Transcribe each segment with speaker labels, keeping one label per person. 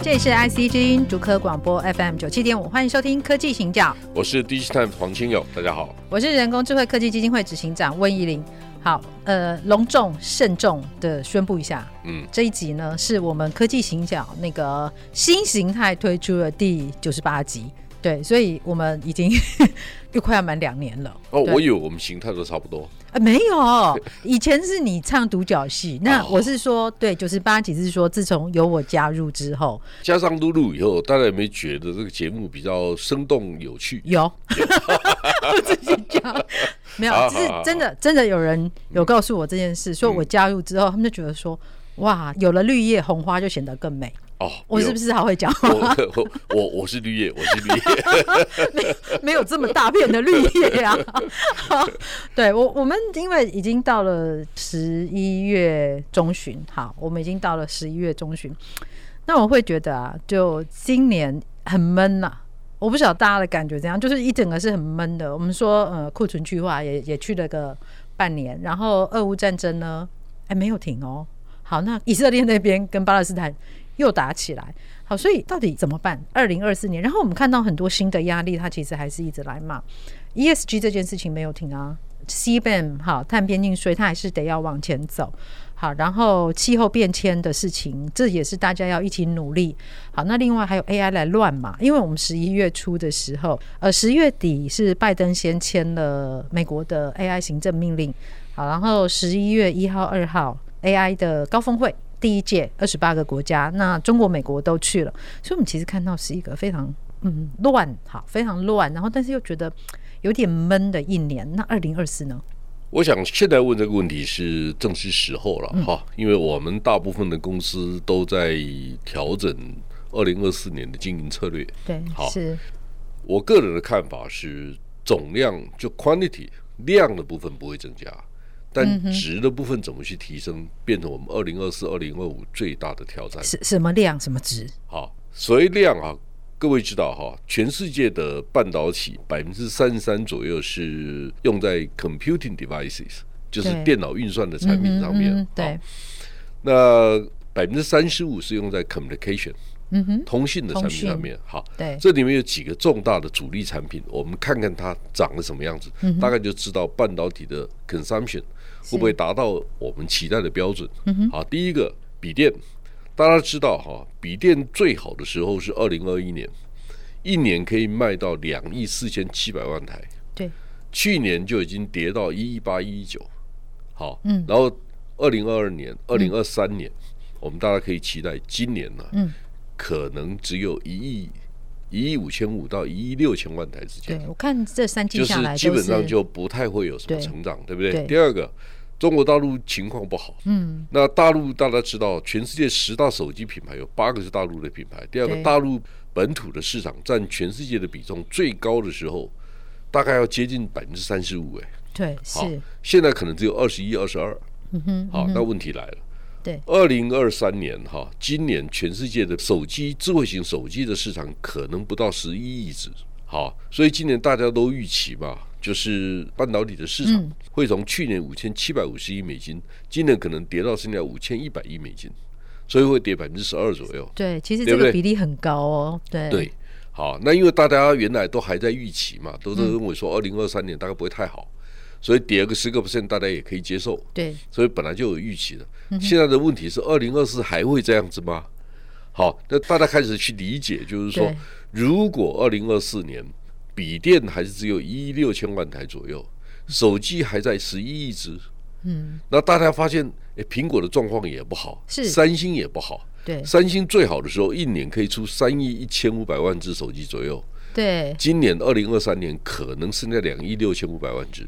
Speaker 1: 这里是 IC 之音竹科广播 FM 九七点五，欢迎收听科技行脚，
Speaker 2: 我是 Digitime 黄清友，大家好。
Speaker 1: 我是人工智慧科技基金会执行长温怡玲。好，呃，隆重慎重的宣布一下，
Speaker 2: 嗯，
Speaker 1: 这一集呢是我们科技行脚那个新形态推出的第九十八集，对，所以我们已经 又快要满两年了。
Speaker 2: 哦，
Speaker 1: 对
Speaker 2: 我以为我们形态都差不多。
Speaker 1: 呃，没有，以前是你唱独角戏，那
Speaker 2: 哦
Speaker 1: 我是说，对，九十八集是说，自从有我加入之后，
Speaker 2: 加上露露以后，大家有没有觉得这个节目比较生动有趣？
Speaker 1: 有， 我自己讲，没有，
Speaker 2: 好
Speaker 1: 就是
Speaker 2: 好好嗯
Speaker 1: 真的，真的有人有告诉我这件事，所以我加入之后，他们就觉得说，哇，有了绿叶红花就显得更美。
Speaker 2: 哦，
Speaker 1: 我是不
Speaker 2: 是？
Speaker 1: 是好会讲
Speaker 2: 我
Speaker 1: 话？
Speaker 2: 我我我是绿叶，我是绿 叶。
Speaker 1: 没有这么大片的绿叶啊！ 好对我，我们因为已经到了十一月中旬，好，我们已经到了十一月中旬，那我会觉得啊，就今年很闷呐、啊我不晓得大家的感觉怎样，就是一整个是很闷的。我们说，呃，库存去化也也去了个半年，然后俄乌战争呢，哎，没有停哦。好，那以色列那边跟巴勒斯坦又打起来，好，所以到底怎么办？二零二四年，然后我们看到很多新的压力，它其实还是一直来嘛。ESG 这件事情没有停啊，CBAM 好，碳边境税它还是得要往前走。好，然后气候变迁的事情，这也是大家要一起努力。好，那另外还有 AI 来乱嘛？因为我们十一月初的时候，呃，十月底是拜登先签了美国的 AI 行政命令。好，然后十一月一号、二号 AI 的高峰会第一届，二十八个国家，那中国、美国都去了，所以我们其实看到是一个非常嗯乱，好，非常乱，然后但是又觉得有点闷的一年。那二零二四呢？
Speaker 2: 我想现在问这个问题是正是时候
Speaker 1: 嗯
Speaker 2: 了哈，因为我们大部分的公司都在调整二零二四年的经营策略。
Speaker 1: 对
Speaker 2: 好，
Speaker 1: 是
Speaker 2: 我个人的看法是，总量就 quantity 量的部分不会增加，
Speaker 1: 嗯
Speaker 2: 但值的部分怎么去提升，变成我们二零二四、二零二五最大的挑战。
Speaker 1: 什什么量什么值？
Speaker 2: 好，所谓量啊，各位知道哈、全世界的半导体百分之三十三左右是用在 computing devices，就是
Speaker 1: 对
Speaker 2: 电脑运算的产品上面。
Speaker 1: 嗯嗯
Speaker 2: 好
Speaker 1: 对，
Speaker 2: 那百分之三十五是用在 communication
Speaker 1: 嗯哼，
Speaker 2: 通信的产
Speaker 1: 通
Speaker 2: 品
Speaker 1: 讯
Speaker 2: 上面。好，
Speaker 1: 对，
Speaker 2: 这里面有几个重大的主力产品，我们看看它长得什么样子，大概就知道半导体的 consumption
Speaker 1: 嗯是嗯
Speaker 2: 会不会达到我们期待的标准。好，第一个笔电，大家知道哈，笔电最好的时候是二零二一年，一年可以卖到两亿四千七百万台，
Speaker 1: 对，
Speaker 2: 去年就已经跌到一一八一一九，好，
Speaker 1: 嗯
Speaker 2: 然后二零二二年、二零二三年，我们大家可以期待今年呢、
Speaker 1: 嗯
Speaker 2: 可能只有一亿一亿五千五到一亿六千万台之间
Speaker 1: 对，，我看这三季
Speaker 2: 就
Speaker 1: 下来都
Speaker 2: 基本上
Speaker 1: 是
Speaker 2: 就不太会有什么
Speaker 1: 对
Speaker 2: 成长，对不对？
Speaker 1: 对
Speaker 2: 第二个，中国大陆情况不好。
Speaker 1: 嗯
Speaker 2: 那大陆大家知道，全世界十大手机品牌有八个是大陆的品牌。第二个
Speaker 1: 对，
Speaker 2: 大陆本土的市场占全世界的比重最高的时候，大概要接近百分之三十五。哎，
Speaker 1: 对
Speaker 2: 好
Speaker 1: 是，
Speaker 2: 现在可能只有二十一、二十二。
Speaker 1: 嗯哼
Speaker 2: 好，那问题来了。
Speaker 1: 对
Speaker 2: 二零二三年哈，今年全世界的手机智慧型手机的市场可能不到十一亿只，好，所以今年大家都预期嘛，就是半导体的市场
Speaker 1: 嗯
Speaker 2: 会从去年五千七百五十亿美金，今年可能跌到剩下五千一百亿美金，所以会跌百分之十二左右。
Speaker 1: 对，其实
Speaker 2: 对
Speaker 1: 这
Speaker 2: 不
Speaker 1: 个
Speaker 2: 对
Speaker 1: 比例很高哦，对
Speaker 2: 对，好，那因为大家原来都还在预期嘛，都是
Speaker 1: 嗯
Speaker 2: 认为说二零二三年大概不会太好，所以跌个十个 percent 大家也可以接受。
Speaker 1: 对
Speaker 2: 所以本来就有预期的。
Speaker 1: 嗯
Speaker 2: 现在的问题是，二零二四还会这样子吗？好，那大家开始去理解，就是说
Speaker 1: 对，
Speaker 2: 如果二零二四年笔电还是只有一亿六千万台左右，手机还在十一亿只，
Speaker 1: 嗯
Speaker 2: 那大家发现，诶，苹果的状况也不好，
Speaker 1: 是
Speaker 2: 三星也不好。
Speaker 1: 对
Speaker 2: 三星最好的时候，一年可以出三亿一千五百万只手机左右，
Speaker 1: 对
Speaker 2: 今年二零二三年可能剩下两亿六千五百万只，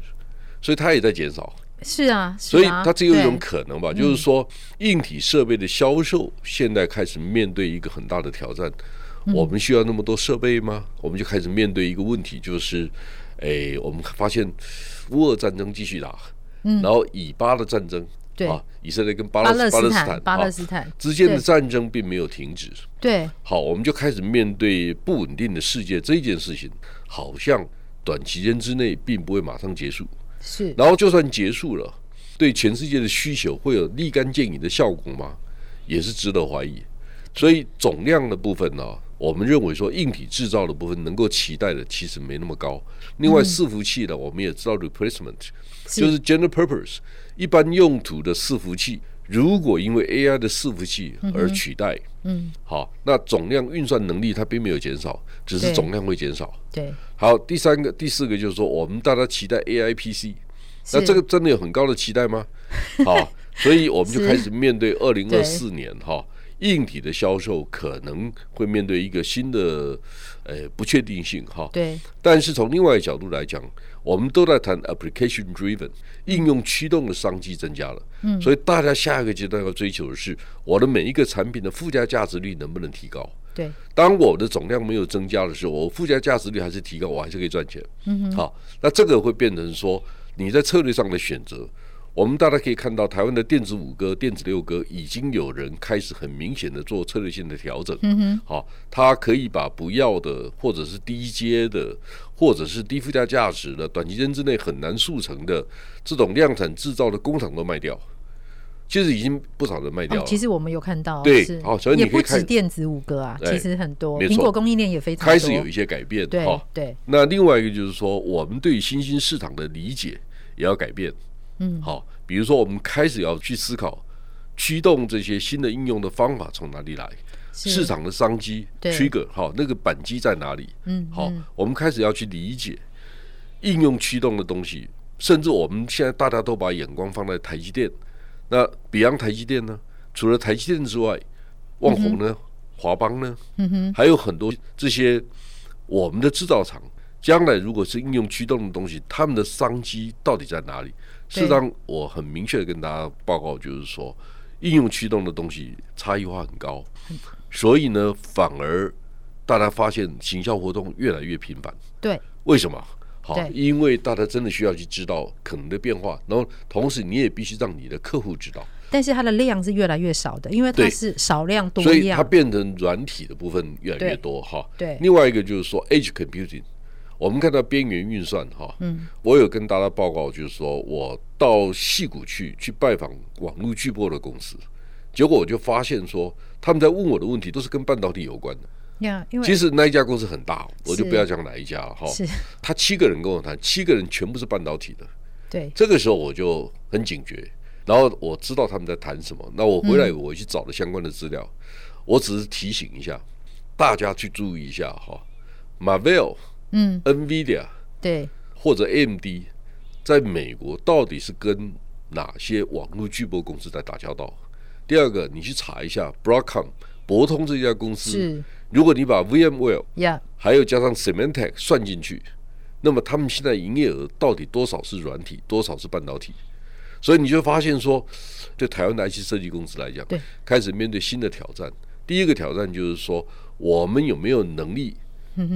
Speaker 2: 所以它也在减少。
Speaker 1: 是啊，是
Speaker 2: 所以
Speaker 1: 啊
Speaker 2: 它只有一
Speaker 1: 对
Speaker 2: 种可能吧，就是说硬体设备的销售现在开始面对一个很大的挑战。
Speaker 1: 嗯
Speaker 2: 我们需要那么多设备吗？我们就开始哎面对一个问题，就是，诶，我们发现乌俄战争继续打，然后以巴的战争，
Speaker 1: 嗯对
Speaker 2: 啊，以色列跟巴
Speaker 1: 巴
Speaker 2: 勒
Speaker 1: 勒
Speaker 2: 巴
Speaker 1: 斯
Speaker 2: 勒斯
Speaker 1: 坦，
Speaker 2: 坦
Speaker 1: 巴勒
Speaker 2: 啊
Speaker 1: 斯坦，
Speaker 2: 之间的
Speaker 1: 对
Speaker 2: 战争并没有停止。
Speaker 1: 对，
Speaker 2: 好，我们就开始面对不稳定的世界这件事情，好像短期间之内并不会马上结束。
Speaker 1: 是，
Speaker 2: 然后就算结束了，对全世界的需求会有立竿见影的效果吗？也是值得怀疑。所以总量的部分呢、我们认为说硬体制造的部分能够期待的其实没那么高。另外伺服器呢，我们也知道 replacement
Speaker 1: 是
Speaker 2: 就是 general purpose 一般用途的伺服器，如果因为 AI 的伺服器而取代，
Speaker 1: 嗯，
Speaker 2: 好，那总量运算能力它并没有减少，只是
Speaker 1: 对
Speaker 2: 总量会减少。
Speaker 1: 对，
Speaker 2: 好，第三个、第四个就是说，我们大家期待 AI PC，
Speaker 1: 是
Speaker 2: 那这个真的有很高的期 待吗？好，所以我们就是开始面对二零
Speaker 1: 对
Speaker 2: 二四年哈，硬体的销售可能会面对一个新的呃不确定性哈。
Speaker 1: 对，
Speaker 2: 但是从另外一个角度来讲，我们都在谈 application driven 应用驱动的商机增加了，嗯，所以大家下一个阶段要追求的是我的每一个产品的附加价值率能不能提高。
Speaker 1: 对，
Speaker 2: 当我的总量没有增加的时候，我附加价值率还是提高，我还是可以赚钱。嗯好，那这个会变成说你在策略上的选择。我们大家可以看到，台湾的电子五哥、电子六哥已经有人开始很明显的做策略性的调整。嗯哼，好、他可以把不要的，或者是低阶的，或者是低附加价值的，短期间之内很难速成的这种量产制造的工厂都卖掉。其实已经不少人卖掉了。
Speaker 1: 哦，其实我们有看到，
Speaker 2: 对
Speaker 1: 是
Speaker 2: 好所以你
Speaker 1: 也
Speaker 2: 可以
Speaker 1: 不止
Speaker 2: 看
Speaker 1: 电子五哥啊，
Speaker 2: 哎
Speaker 1: 其实很多，
Speaker 2: 没
Speaker 1: 苹
Speaker 2: 错
Speaker 1: 果供应链也非常多
Speaker 2: 开始有一些哦改变，
Speaker 1: 对
Speaker 2: 哈、
Speaker 1: 对
Speaker 2: 那另外一个就是说，我们对新兴市场的理解也要改变。嗯，好，比如说我们开始要去思考驱动这些新的应用的方法从哪里来，
Speaker 1: 是
Speaker 2: 市场的商机
Speaker 1: 对
Speaker 2: trigger 好，那个扳机在哪里？
Speaker 1: 嗯
Speaker 2: 好，我们开始要去理解应用驱动的东西，甚至我们现在大家都把眼光放在台积电，那 Beyond 台积电呢？除了台积电之外，旺宏呢、华邦呢，还有很多这些我们的制造厂，将来如果是应用驱动的东西，他们的商机到底在哪里？
Speaker 1: 对
Speaker 2: 事实上，我很明确的跟大家报告，就是说，应用驱动的东西差异化很高，所以呢，反而大家发现行销活动越来越频繁。
Speaker 1: 对
Speaker 2: 为什么？好
Speaker 1: 对，
Speaker 2: 因为大家真的需要去知道可能的变化，然后同时你也必须让你的客户知道，
Speaker 1: 但是它的量是越来越少的，因为它
Speaker 2: 对
Speaker 1: 是少量多
Speaker 2: 所以它
Speaker 1: 样，
Speaker 2: 变成软体的部分越来越多哈。
Speaker 1: 对
Speaker 2: 另外一个就是说 edge computing，我们看到边缘运算哈，嗯，我有跟大家报告，就是说我到戏谷去去拜访网络巨擘的公司，结果我就发现说他们在问我的问题都是跟半导体有关的。
Speaker 1: 呀，因为
Speaker 2: 其实那一家公司很大，我就是不要讲哪一家了哈。
Speaker 1: 是
Speaker 2: 他七个人跟我谈，七个人全部是半导体的。
Speaker 1: 对
Speaker 2: 这个时候我就很警觉，然后我知道他们在谈什么。那我回来我去找了相关的资料，我只是提醒一下大家去注意一下哈、Marvell、
Speaker 1: 嗯
Speaker 2: NVIDIA
Speaker 1: 对
Speaker 2: 或者 AMD 在美国到底是跟哪些网络巨擘公司在打交道？第二个，你去查一下 Broadcom 博通这家公司，
Speaker 1: 是
Speaker 2: 如果你把 VMware
Speaker 1: 呀
Speaker 2: 还有加上 Symantec 算进去，那么他们现在营业额到底多少是软体，多少是半导体？所以你就发现说，对台湾的 IC 设计公司来讲
Speaker 1: 对，
Speaker 2: 开始面对新的挑战。第一个挑战就是说，我们有没有能力，
Speaker 1: 嗯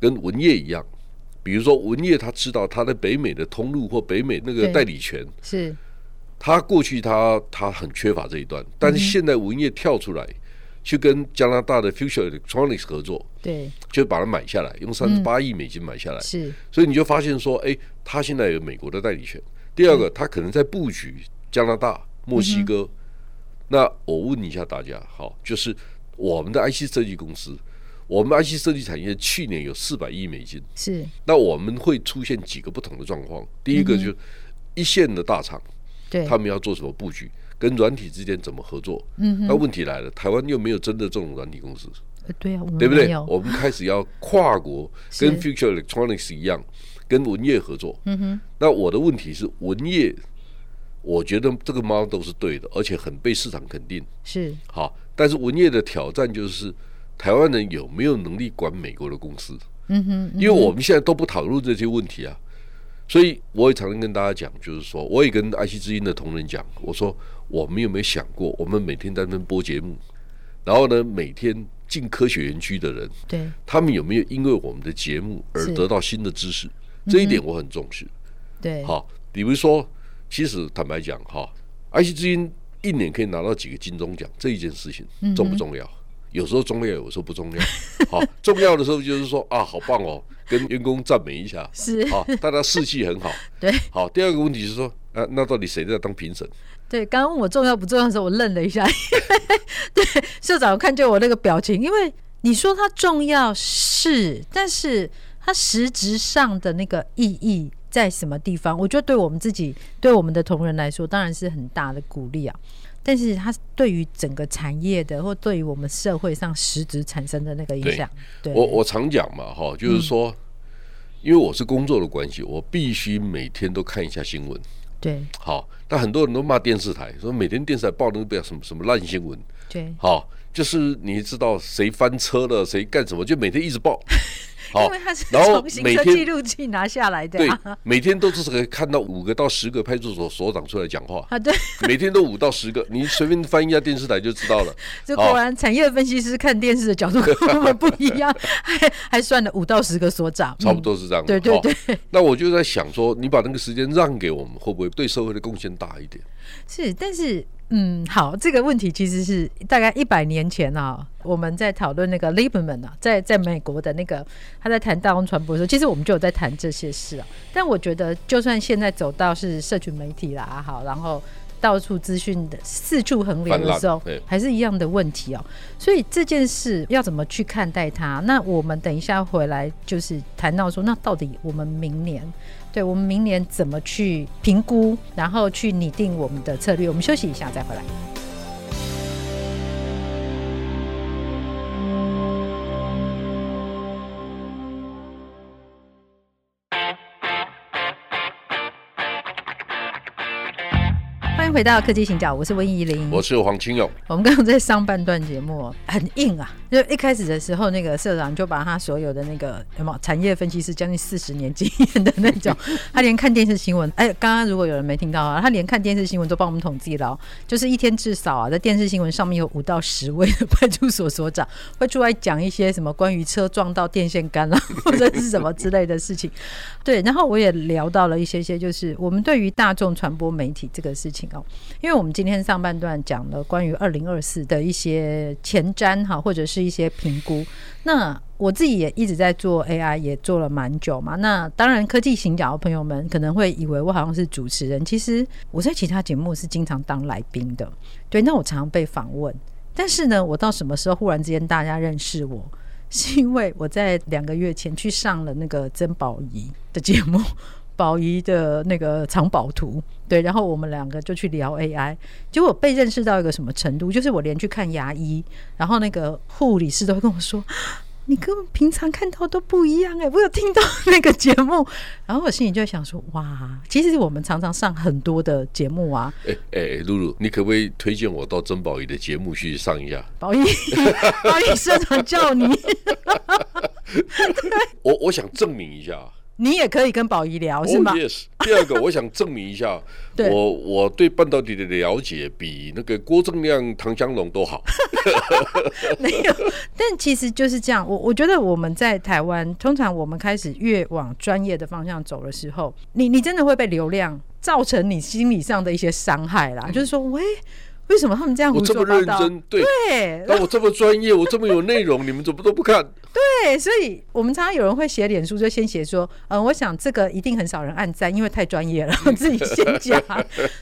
Speaker 2: 跟文业一样，比如说文业他知道他在北美的通路或北美那个
Speaker 1: 对
Speaker 2: 代理权，
Speaker 1: 是
Speaker 2: 他过去他他很缺乏这一段，但
Speaker 1: 嗯
Speaker 2: 是现在文业跳出来，去跟加拿大的 Future Electronics 合作，
Speaker 1: 对
Speaker 2: 就把它买下来，用三十八亿美金买下来，
Speaker 1: 是
Speaker 2: 所以你就发现说，哎，他现在有美国的代理权。第二个，他可能在布局加拿大、墨西哥。那我问一下大家，好，就是我们的 IC 设计公司，我们 IC 设计产业去年有四百亿美金，
Speaker 1: 是
Speaker 2: 那我们会出现几个不同的状况。第一个就是一线的大厂，
Speaker 1: 对
Speaker 2: 他们要做什么布局，跟软体之间怎么合作。嗯，那问题来了，台湾又没有真的这种软体公司。
Speaker 1: 呃对啊，我们
Speaker 2: 对不对
Speaker 1: 没？有
Speaker 2: 我们开始要跨国，
Speaker 1: 是
Speaker 2: 跟 Future Electronics 一样，跟文业合作。嗯哼。那我的问题是，文业，我觉得这个 model 是对的，而且很被市场肯定。
Speaker 1: 是
Speaker 2: 好，但是文业的挑战就是，台湾人有没有能力管美国的公司？
Speaker 1: 嗯哼
Speaker 2: 因为我们现在都不讨论这些问题啊。所以我也常常跟大家讲，就是说，我也跟爱惜之音的同仁讲，我说我们有没有想过，我们每天在那边播节目，然后呢，每天进科学园区的人，
Speaker 1: 对
Speaker 2: 他们有没有因为我们的节目而
Speaker 1: 是嗯
Speaker 2: 得到新的知识？这一点我很重视。
Speaker 1: 对
Speaker 2: 好，比如说，其实坦白讲哈，IC 之音一年可以拿到几个金钟奖这一件事情
Speaker 1: 嗯
Speaker 2: 重不重要？有时候重要，有时候不重要。 好，重要的时候就是说啊，好棒哦，跟员工赞美一下，
Speaker 1: 是
Speaker 2: 好，大家士气很好。
Speaker 1: 对
Speaker 2: 好，第二个问题是说，啊，那到底谁在当评审？
Speaker 1: 对，刚刚问我重要不重要的时候，我愣了一下，因 为对社长有看见我那个表情，因为你说它重要是，但是它实质上的那个意义在什么地方？我觉得对我们自己、对我们的同仁来说，当然是很大的鼓励啊。但是它对于整个产业的，或对于我们社会上实质产生的那个影响，对，嗯
Speaker 2: 我我常讲嘛，哈，就是说，因为我是工作的关系，我必须每天都看一下新闻。
Speaker 1: 对
Speaker 2: 好，但很多人都骂电视台，说每天电视台报那个不要什么什么烂新闻。
Speaker 1: 对，
Speaker 2: 好，就是你知道谁翻车了，谁干什么，就每天一 直报。好
Speaker 1: 因为它是
Speaker 2: 哦然后
Speaker 1: 从行
Speaker 2: 每
Speaker 1: 车记
Speaker 2: 天
Speaker 1: 录器拿下来的
Speaker 2: 对
Speaker 1: 啊，
Speaker 2: 每天都是可以看到五个到十个派出所所长出来讲 话，
Speaker 1: 啊，对，
Speaker 2: 每天都五到十个，你随便翻一下电视台就知道 了。
Speaker 1: 这果然产业分析师看电视的角度跟我们不一 样，还还算了五到十个所长，
Speaker 2: 差不
Speaker 1: 嗯。
Speaker 2: 多是这样的、
Speaker 1: 对对对
Speaker 2: 哦，那我就在想说，你把那个时间让给我们，会不会对社会的贡献大一点？
Speaker 1: 是，但是嗯，好，这个问题其实是大概一百年前啊，我们在讨论那个 Lieberman 啊，在在美国的那个他在谈大众传播的时候，其实我们就有在谈这些事啊。但我觉得，就算现在走到是社群媒体啦，好，然后到处资讯的四处横流
Speaker 2: 泛滥
Speaker 1: 的时候
Speaker 2: 对，
Speaker 1: 还是一样的问题哦、所以这件事要怎么去看待它？那我们等一下回来就是谈到说，那到底我们明年，对我们明年怎么去评估，然后去拟定我们的策略？我们休息一下再回来。欢迎回到科技行脚，我是温怡玲，
Speaker 2: 我是黄清勇，
Speaker 1: 我们刚刚在上半段节目哦很硬啊，就一开始的时候，那个社长就把他所有的那个什么产业分析师，将近四十年经验的那种，他连看电视新闻，哎，刚刚如果有人没听到啊，他连看电视新闻都帮我们统计了哦、就是一天至少啊，在电视新闻上面有五到十位的派出所所长 会出来讲一些什么关于车撞到电线杆啦、啊 或者是什么之类的事情。对，然后我也聊到了一些些，就是我们对于大众传播媒体这个事情哦，因为我们今天上半段讲了关于二零二四的一些前瞻哈，或者是一些评估。那我自己也一直在做 AI，也做了蛮久嘛。那当然，科技行脚的朋友们可能会以为我好像是主持人，其实我在其他节目是经常当来宾的。对，那我常常被访问，但是呢，我到什么时候忽然之间大家认识我？是因为我在两个月前去上了那个曾宝仪的节目，宝仪的那个藏宝图，对，然后我们两个就去聊 AI，结果被认识到一个什么程度，就是我连去看牙医，然后那个护理师都会跟我说。 你跟我们平常看到都不一样哎、我有听到那个节目，然后我心里就在想说，哇，其实我们常常上很多的节目啊，
Speaker 2: 哎哎，露露，你可不可以推荐我到曾宝仪的节目去上一下？
Speaker 1: 保仪 保仪社长叫你，
Speaker 2: 我我想证明一下。啊
Speaker 1: 你也可以跟宝仪聊哦是
Speaker 2: Oh,
Speaker 1: 吗？
Speaker 2: yes。第二个，我想证明一下，
Speaker 1: 对
Speaker 2: 我我对半导体的了解比那个郭正亮、唐湘龙 都好。
Speaker 1: 没有，但其实就是这样。我我觉得我们在台湾，通常我们开始越往专业的方向走的时候，你你真的会被流量造成你心理上的一些伤害啦。就是说，喂，为什么他们这样胡
Speaker 2: 嗯我这
Speaker 1: 说
Speaker 2: 么
Speaker 1: 八
Speaker 2: 认
Speaker 1: 道？
Speaker 2: 真，对，啊
Speaker 1: 对
Speaker 2: 那我这么专业，我这么有内容，你们怎么都不看？
Speaker 1: 对，所以我们常常有人会写脸书，就先写说，嗯，我想这个一定很少人按赞，因为太专业了，我自己先讲。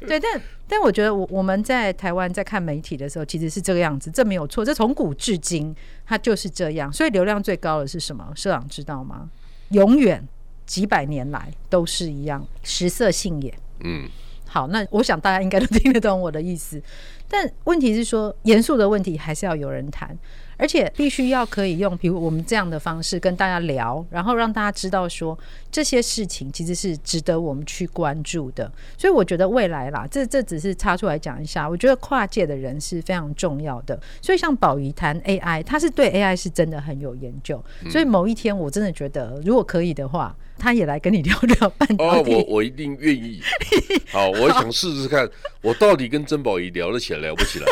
Speaker 1: 对，但但我觉得我我们在台湾在看媒体的时候，其实是这个样子，这没有错，这从古至今它就是这样。所以流量最高的是什么？社长知道吗？永远几百年来都是一样，食色性也。
Speaker 2: 嗯，
Speaker 1: 好，那我想大家应该都听得懂我的意思， 但问题是说，严肃的问题还是要有人谈，而且必须要可以用，比如我们这样的方式跟大家聊，然后让大家知道说这些事情其实是值得我们去关注的。所以我觉得未来啦，这这只是插出来讲一下，我觉得跨界的人是非常重要的。所以像宝仪谈 AI，他是对 AI 是真的很有研究，
Speaker 2: 嗯
Speaker 1: 所以某一天我真的觉得，如果可以的话，他也来跟你聊聊半导
Speaker 2: 哦，
Speaker 1: 体。
Speaker 2: 我我一定愿意。 好，我想试试看，我到底跟曾宝仪聊得起来，聊不 起来？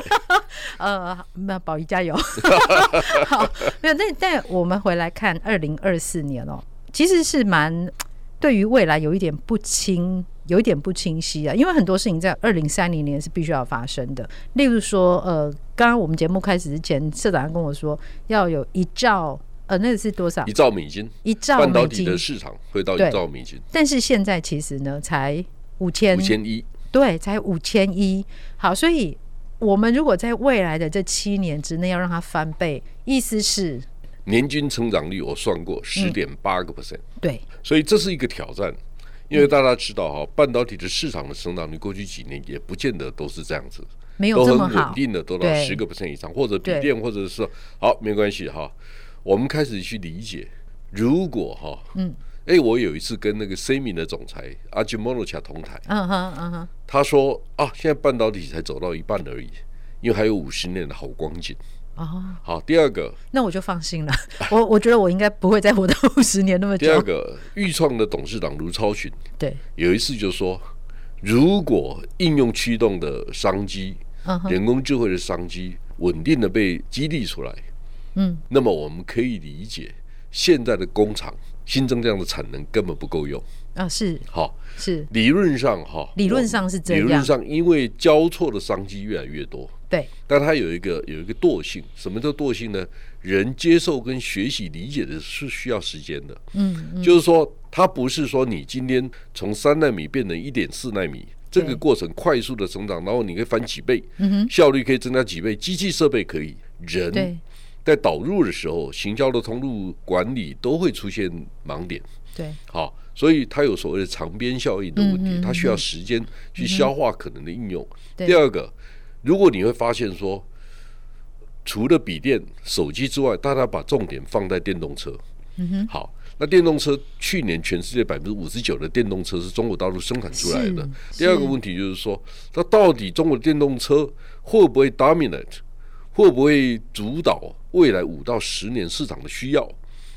Speaker 1: 呃，那宝仪 加油！好，没有，但但我们回来看二零二四年哦，其实是蛮对于未来有一点不清，有一点不清晰啊，因为很多事情在二零三零年是必须要发生的。例如说，呃，刚刚我们节目开始之前，社长跟我说要有一兆，呃，那个是多少
Speaker 2: 一？兆美金，
Speaker 1: 一兆
Speaker 2: 半导
Speaker 1: 美
Speaker 2: 体
Speaker 1: 金。
Speaker 2: 的市场会到
Speaker 1: 对
Speaker 2: 一兆美金，
Speaker 1: 但是现在其实呢，才五千，
Speaker 2: 五千一。
Speaker 1: 对，才五千一。好，所以我们如果在未来的这七年之内要让它翻倍，意思是
Speaker 2: 年均成长率我算过十点八个 percent，
Speaker 1: 对，
Speaker 2: 所以这是一个挑战。
Speaker 1: 嗯
Speaker 2: 因为大家知道哈、半导体的市场的成长率过去几年也不见得都是这样子，
Speaker 1: 没有
Speaker 2: 都
Speaker 1: 这
Speaker 2: 很
Speaker 1: 么
Speaker 2: 稳
Speaker 1: 好。
Speaker 2: 定的，都到
Speaker 1: 对
Speaker 2: 十个 percent 以上，或者笔
Speaker 1: 对
Speaker 2: 电，或者是好没关系哈。我们开始去理解，如果哈，嗯，哎，我有一次跟那个 Semi 的总裁阿 j i m o n o c h a 同台，
Speaker 1: 嗯哼嗯哼，
Speaker 2: 他说啊，现在半导体才走到一半而已，因为还有五十年的好光景。
Speaker 1: 哦，
Speaker 2: 好，第二个，
Speaker 1: 那我就放心了。 我我觉得我应该不会再活到五十年那么
Speaker 2: 第二
Speaker 1: 久。
Speaker 2: 个，豫创的董事长卢超群
Speaker 1: 对，
Speaker 2: 有一次就说，如果应用驱动的商机、
Speaker 1: 嗯哼，
Speaker 2: 人工智慧的商机稳定的被激励出来，
Speaker 1: 嗯，
Speaker 2: 那么我们可以理解现在的工厂新增这样的产能根本不够用。
Speaker 1: 啊，是
Speaker 2: 好，
Speaker 1: 是，
Speaker 2: 理论上哈，
Speaker 1: 理论上是这样
Speaker 2: 理论上因为交错的商机越来越多，
Speaker 1: 对，
Speaker 2: 但它有一个有一个惰性，什么叫惰性呢？人接受跟学习理解的是需要时间的，
Speaker 1: 嗯嗯，
Speaker 2: 就是说它不是说你今天从三纳米变成一点四纳米。这个
Speaker 1: 对
Speaker 2: 过程快速的成长，然后你可以翻几倍，
Speaker 1: 嗯哼
Speaker 2: 效率可以增加几倍，机器设备可以，人
Speaker 1: 对
Speaker 2: 在导入的时候，行销的通路管理都会出现盲点。
Speaker 1: 对，
Speaker 2: 好，所以它有所谓的长边效应的问题，
Speaker 1: 嗯嗯嗯嗯
Speaker 2: 它需要时间去消化可能的应用。
Speaker 1: 对
Speaker 2: 第二个，如果你会发现说，除了笔电、手机之外，大家把重点放在电动车。
Speaker 1: 嗯哼，
Speaker 2: 好，那电动车去年全世界百分之五十九的电动车是中国大陆生产出来的。
Speaker 1: 是
Speaker 2: 第二个问题就是说，那到底中国的电动车会不会 dominate，会不会主导未来五到十年市场的需要？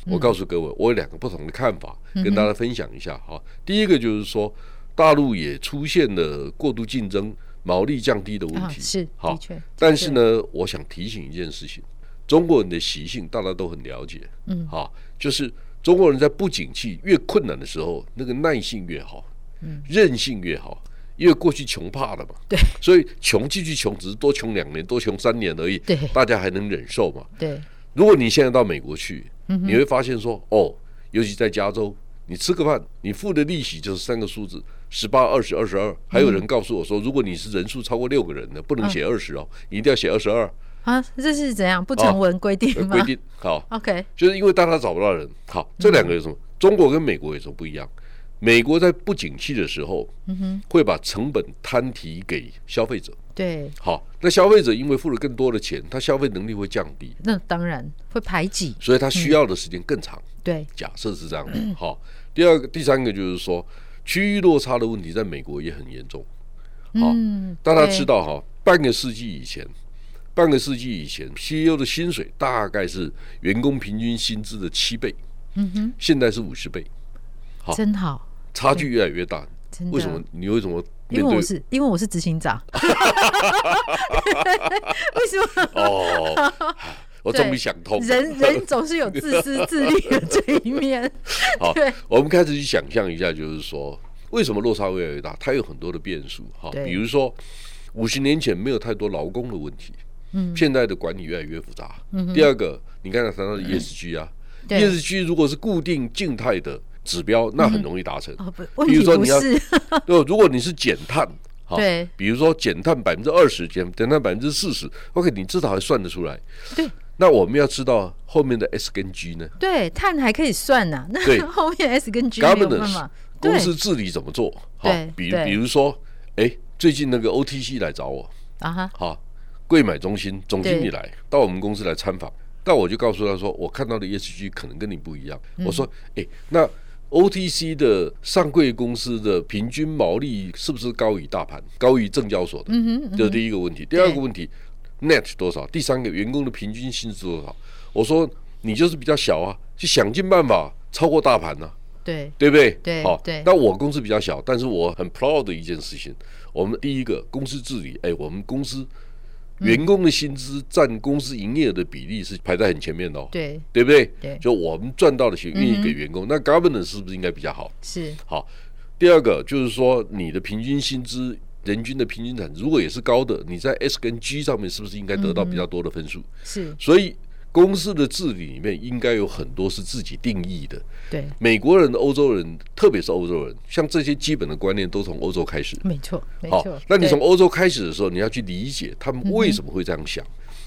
Speaker 1: 嗯
Speaker 2: 我告诉各位，我有两个不同的看法，跟大家分享一下哈。第一个就是说，大陆也出现了过度竞争、毛利降低的问
Speaker 1: 啊，
Speaker 2: 题。
Speaker 1: 是
Speaker 2: 好
Speaker 1: 的确，
Speaker 2: 但是呢，我想提醒一件事情：中国人的习性大家都很了解，
Speaker 1: 嗯，
Speaker 2: 哈、就是中国人在不景气越困难的时候，那个耐性越好，
Speaker 1: 嗯，
Speaker 2: 韧性越好，因为过去穷怕了嘛，
Speaker 1: 对，
Speaker 2: 所以穷继续穷，只是多穷两年、多穷三年而已，
Speaker 1: 对
Speaker 2: 大家还能忍受嘛。
Speaker 1: 对
Speaker 2: 如果你现在到美国去，
Speaker 1: 嗯哼
Speaker 2: 你会发现说，哦，尤其在加州，你吃个饭，你付的利息就是三个数字。十八、二十、二十二，还有
Speaker 1: 嗯
Speaker 2: 人告诉我说，如果你是人数超过六个人的，不能写二十哦，你一定要写二十二
Speaker 1: 啊，这是怎样不
Speaker 2: 哦
Speaker 1: 成文规定吗
Speaker 2: 规定。好，
Speaker 1: ？OK，
Speaker 2: 就是因为大家找不到人。好，这两个有什
Speaker 1: 嗯
Speaker 2: 么？中国跟美国有什么不一样？美国在不景气的时候，
Speaker 1: 嗯哼，
Speaker 2: 会把成本摊提给消费者。
Speaker 1: 对，
Speaker 2: 好，那消费者因为付了更多的钱，他消费能力会降低，
Speaker 1: 那当然会排挤，
Speaker 2: 所以他需要的时间更长。
Speaker 1: 对，
Speaker 2: 假设是这样的，
Speaker 1: 嗯
Speaker 2: 好、第二个、第三个就是说，区域落差的问题在美国也很严重。好、
Speaker 1: 嗯，
Speaker 2: 大家
Speaker 1: 对
Speaker 2: 知，道哈、半个世纪以前，半个世纪以前，CEO 的薪水大概是员工平均薪资的七倍，
Speaker 1: 嗯哼，嗯
Speaker 2: 现在是五十倍，好
Speaker 1: 真好，
Speaker 2: 差距越来越大。
Speaker 1: 真的，
Speaker 2: 为什么？？你为什么
Speaker 1: 啊因
Speaker 2: 面
Speaker 1: 为
Speaker 2: 对
Speaker 1: 我？是因为我是执行长， 为什么？
Speaker 2: 哦， 我终于想通了。
Speaker 1: 人人总是有自私自利的这一面，
Speaker 2: 好
Speaker 1: 对，
Speaker 2: 我们开始去想象一下，就是说为什么落差会越来越大？它有很多的变数哈，
Speaker 1: 对
Speaker 2: 比如说五十年前没有太多劳工的问题，
Speaker 1: 嗯
Speaker 2: 现在的管理越来越复杂。第二个，你刚才谈到的 ESG 啊、
Speaker 1: 嗯对
Speaker 2: e s g 如果是固定静态的指标，那很容易达成。
Speaker 1: 哦不，问
Speaker 2: 比
Speaker 1: 题
Speaker 2: 如说
Speaker 1: 不
Speaker 2: 你要
Speaker 1: 是，
Speaker 2: 对，如果你是减碳，哈
Speaker 1: 对
Speaker 2: 比如说减碳百分之二十，减减碳百分之四十，OK，你至少还算得出来。
Speaker 1: 对
Speaker 2: 那我们要知道后面的 S 跟 G 呢？
Speaker 1: 对，碳还可以算呐，
Speaker 2: 对
Speaker 1: 那 后面 S 跟 G 没有办法，对
Speaker 2: 公司治理怎么做？好
Speaker 1: 对，
Speaker 2: 比
Speaker 1: 对
Speaker 2: 比如说，哎，最近那个 OTC 来找我，
Speaker 1: 啊哈，
Speaker 2: 哈，贵买中心总经
Speaker 1: 对
Speaker 2: 理来到我们公司来参访，那我就告诉他说，我看到的 ESG 可能跟你不一样。我
Speaker 1: 嗯
Speaker 2: 说，哎，那 OTC 的上柜公司的平均毛利是不是高于大盘，高于证交所的？
Speaker 1: 嗯哼，嗯
Speaker 2: 这是第一个问题。第二个问题，net 多少？第三个，员工的平均薪资多少？我说你就是比较小啊，就想尽办法超过大盘呢、啊
Speaker 1: 对
Speaker 2: 对不对？
Speaker 1: 对
Speaker 2: 好
Speaker 1: 对，
Speaker 2: 那我公司比较小，但是我很 proud 的一件事情，我们第一个公司治理，哎，我们公司员工的薪资占公司营业额的比例是排在很前面的哦，
Speaker 1: 对，
Speaker 2: 对不对？
Speaker 1: 对
Speaker 2: 就我们赚到的钱愿意给员工，那 governance 是不是应该比较好？
Speaker 1: 是，
Speaker 2: 好，第二个就是说你的平均薪资。人均的平均产值如果也是高的，你在 S 跟 G 上面是不是应该得
Speaker 1: 嗯
Speaker 2: 到比较多的分数？
Speaker 1: 是，
Speaker 2: 所以公司的治理里面应该有很多是自己定义的。
Speaker 1: 对，
Speaker 2: 美国人、欧洲人，特别是欧洲人，像这些基本的观念都从欧洲开始。
Speaker 1: 没错，没
Speaker 2: 好
Speaker 1: 错。，
Speaker 2: 那你
Speaker 1: 对
Speaker 2: 从欧洲开始的时候，你要去理解他们为什么会这样想。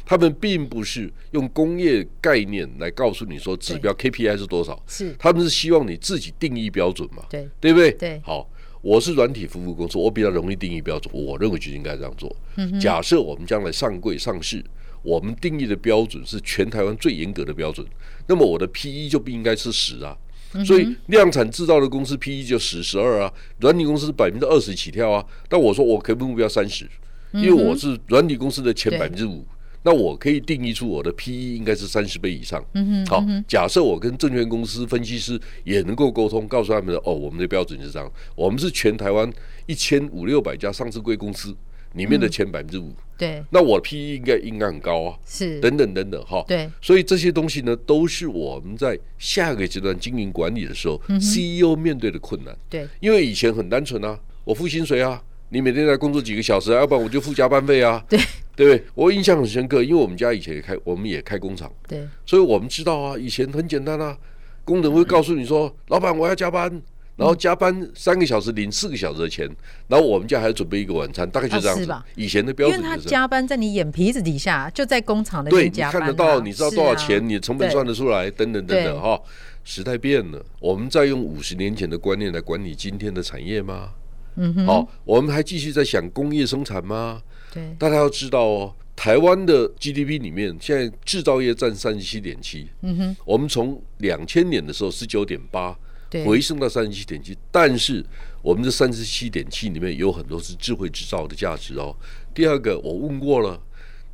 Speaker 2: 他们并不是用工业概念来告诉你说指标 KPI 是多少，
Speaker 1: 是，
Speaker 2: 他们是希望你自己定义标准嘛，
Speaker 1: 对，
Speaker 2: 对不对？
Speaker 1: 对
Speaker 2: 好，我是软体服务公司，我比较容易定义标准，我认为就应该这样做。
Speaker 1: 嗯
Speaker 2: 假设我们将来上柜上市，我们定义的标准是全台湾最严格的标准，那么我的 P E 就不应该是十啊。
Speaker 1: 嗯
Speaker 2: 所以量产制造的公司 P E 就十十二啊，软体公司百分之二十起跳啊。但我说我可不可以目标三十，因为我是软体公司的前
Speaker 1: 嗯对
Speaker 2: 百分之五，那我可以定义出我的 P E 应该是三十倍以上。
Speaker 1: 嗯
Speaker 2: 好，假设我跟证券公司分析师也能够沟通，告诉他们的哦，我们的标准是这样，我们是全台湾一千五六百家上市贵公司里
Speaker 1: 嗯
Speaker 2: 面的前百分之五，
Speaker 1: 对，
Speaker 2: 那我 P E 应该应该很高啊，
Speaker 1: 是，
Speaker 2: 等等等等哈。
Speaker 1: 对，
Speaker 2: 所以这些东西呢，都是我们在下个阶段经营管理的时候、c
Speaker 1: 嗯
Speaker 2: e o 面对的困难。
Speaker 1: 对，
Speaker 2: 因为以前很单纯啊，我付薪水啊，你每天来工作几个小时啊，要不然我就付加班费啊，
Speaker 1: 对
Speaker 2: 对不对？我印象很深刻，因为我们家以前也开，我们也开工厂，
Speaker 1: 对，
Speaker 2: 所以我们知道啊，以前很简单啊，工人会告诉你说，老板我要加班。然后加班三个小时领四个小时的钱，然后我们家还要准备一个晚餐，大概就这样
Speaker 1: 啊是
Speaker 2: 子。
Speaker 1: 吧
Speaker 2: 以前的标
Speaker 1: 因
Speaker 2: 准
Speaker 1: 为他
Speaker 2: 就是这样，
Speaker 1: 加班在你眼皮子底下，就在工厂的
Speaker 2: 对，
Speaker 1: 边
Speaker 2: 你
Speaker 1: 加
Speaker 2: 看
Speaker 1: 班啊，
Speaker 2: 得到，你知道
Speaker 1: 是
Speaker 2: 多少
Speaker 1: 啊
Speaker 2: 钱，你成本
Speaker 1: 对
Speaker 2: 算得出来，等等等
Speaker 1: 对
Speaker 2: 等哈。时代变了，我们在用五十年前的观念来管理今天的产业吗？
Speaker 1: 嗯哼，
Speaker 2: 好、我们还继续在想工业生产吗？
Speaker 1: 对，
Speaker 2: 大家要知道哦，台湾的 GDP 里面现在制造业占三十七点七，
Speaker 1: 嗯哼，
Speaker 2: 我们从两千年的时候十九点八
Speaker 1: 对，
Speaker 2: 回升到三十七点七，但是我们这三十七点七里面有很多是智慧制造的价值哦。第二个，我问过了，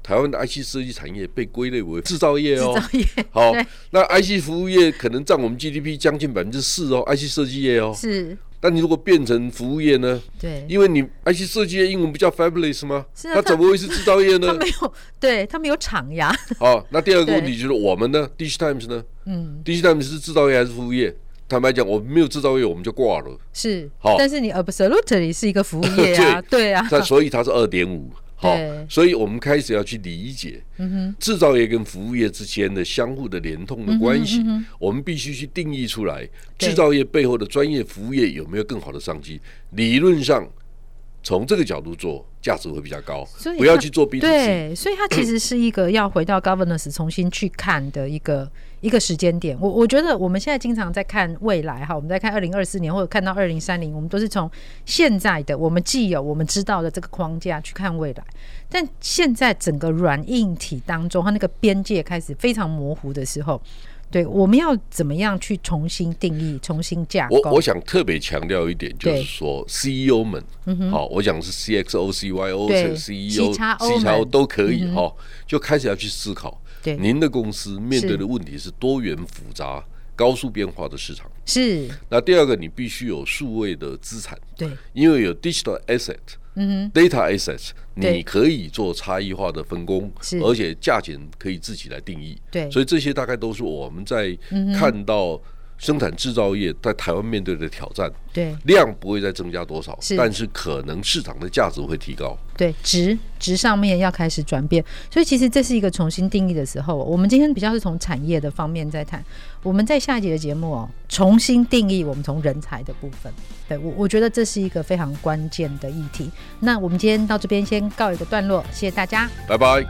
Speaker 2: 台湾的 IC 设计产业被归类为制造业
Speaker 1: 制
Speaker 2: 哦
Speaker 1: 造。业
Speaker 2: 好
Speaker 1: 对，
Speaker 2: 那 IC 服务业可能占我们 GDP 将近百分之四哦，IC 设计业 哦。
Speaker 1: 是，
Speaker 2: 但你如果变成服务业呢？
Speaker 1: 对，
Speaker 2: 因为你 IC 设计业英文不叫 fabulous 吗？
Speaker 1: 是啊
Speaker 2: 那怎么会是制造业
Speaker 1: 他
Speaker 2: 呢？
Speaker 1: 没有，对他没有厂呀，
Speaker 2: 好，哦那第二个
Speaker 1: 对
Speaker 2: 问题就是我们呢，Digitimes 呢
Speaker 1: 嗯，
Speaker 2: ，Digitimes 是制造业还是服务业？坦白讲，我们没有制造业，我们就挂 了。
Speaker 1: 是
Speaker 2: 好，
Speaker 1: 但是你 absolutely 是一个服务业 啊，对啊，
Speaker 2: 那所以它是二点五。好
Speaker 1: 对，
Speaker 2: 所以我们开始要去理解
Speaker 1: 嗯
Speaker 2: 制造业跟服务业之间的相互的联动的关
Speaker 1: 嗯
Speaker 2: 系，我们必须去定义出来，
Speaker 1: 对
Speaker 2: 制造业背后的专业服务业有没有更好的商机？理论上，从这个角度做，价值会比较高
Speaker 1: 所以，
Speaker 2: 不要
Speaker 1: 它
Speaker 2: 去做 B
Speaker 1: 哼，
Speaker 2: to C。
Speaker 1: 对，所以它其实是一个要回到 governance 重新去看的一个。一个时间点，我我觉得我们现在经常在看未来哈，我们在看二零二四年或者看到二零三零，我们都是从现在的我们既有我们知道的这个框架去看未来。但现在整个软硬体当中，它那个边界开始非常模糊的时候，对，我们要怎么样去重新定义、重新架构？
Speaker 2: 我我想特别强调一点，就
Speaker 1: 对嗯
Speaker 2: 是说 CEO 们，好、我讲是 CXO、CYO
Speaker 1: 对、
Speaker 2: CEO、
Speaker 1: CXO 们嗯
Speaker 2: 都可以哈、就开始要去思考，
Speaker 1: 对
Speaker 2: 您的公司面
Speaker 1: 是
Speaker 2: 对的问题是多元复杂、高速变化的市场。
Speaker 1: 是
Speaker 2: 那第二个，你必须有数位的资产，
Speaker 1: 对，
Speaker 2: 因为有 digital asset、
Speaker 1: 嗯
Speaker 2: data asset，
Speaker 1: 对
Speaker 2: 你可以做差异化的分工
Speaker 1: 是，
Speaker 2: 而且价钱可以自己来定义。
Speaker 1: 对嗯
Speaker 2: 所以这些大概都是我们在看到生产制造业在台湾面对的挑战。
Speaker 1: 哼，对
Speaker 2: 量不会再增加多少，
Speaker 1: 是
Speaker 2: 但是可能市场的价值会提高。
Speaker 1: 对，值值上面要开始转变，所以其实这是一个重新定义的时候。哦我们今天比较是从产业的方面在谈，我们在下一节的节目哦，重新定义我们从人才的部分。对我，我觉得这是一个非常关键的议题。那我们今天到这边先告一个段落，谢谢大家。
Speaker 2: 拜拜。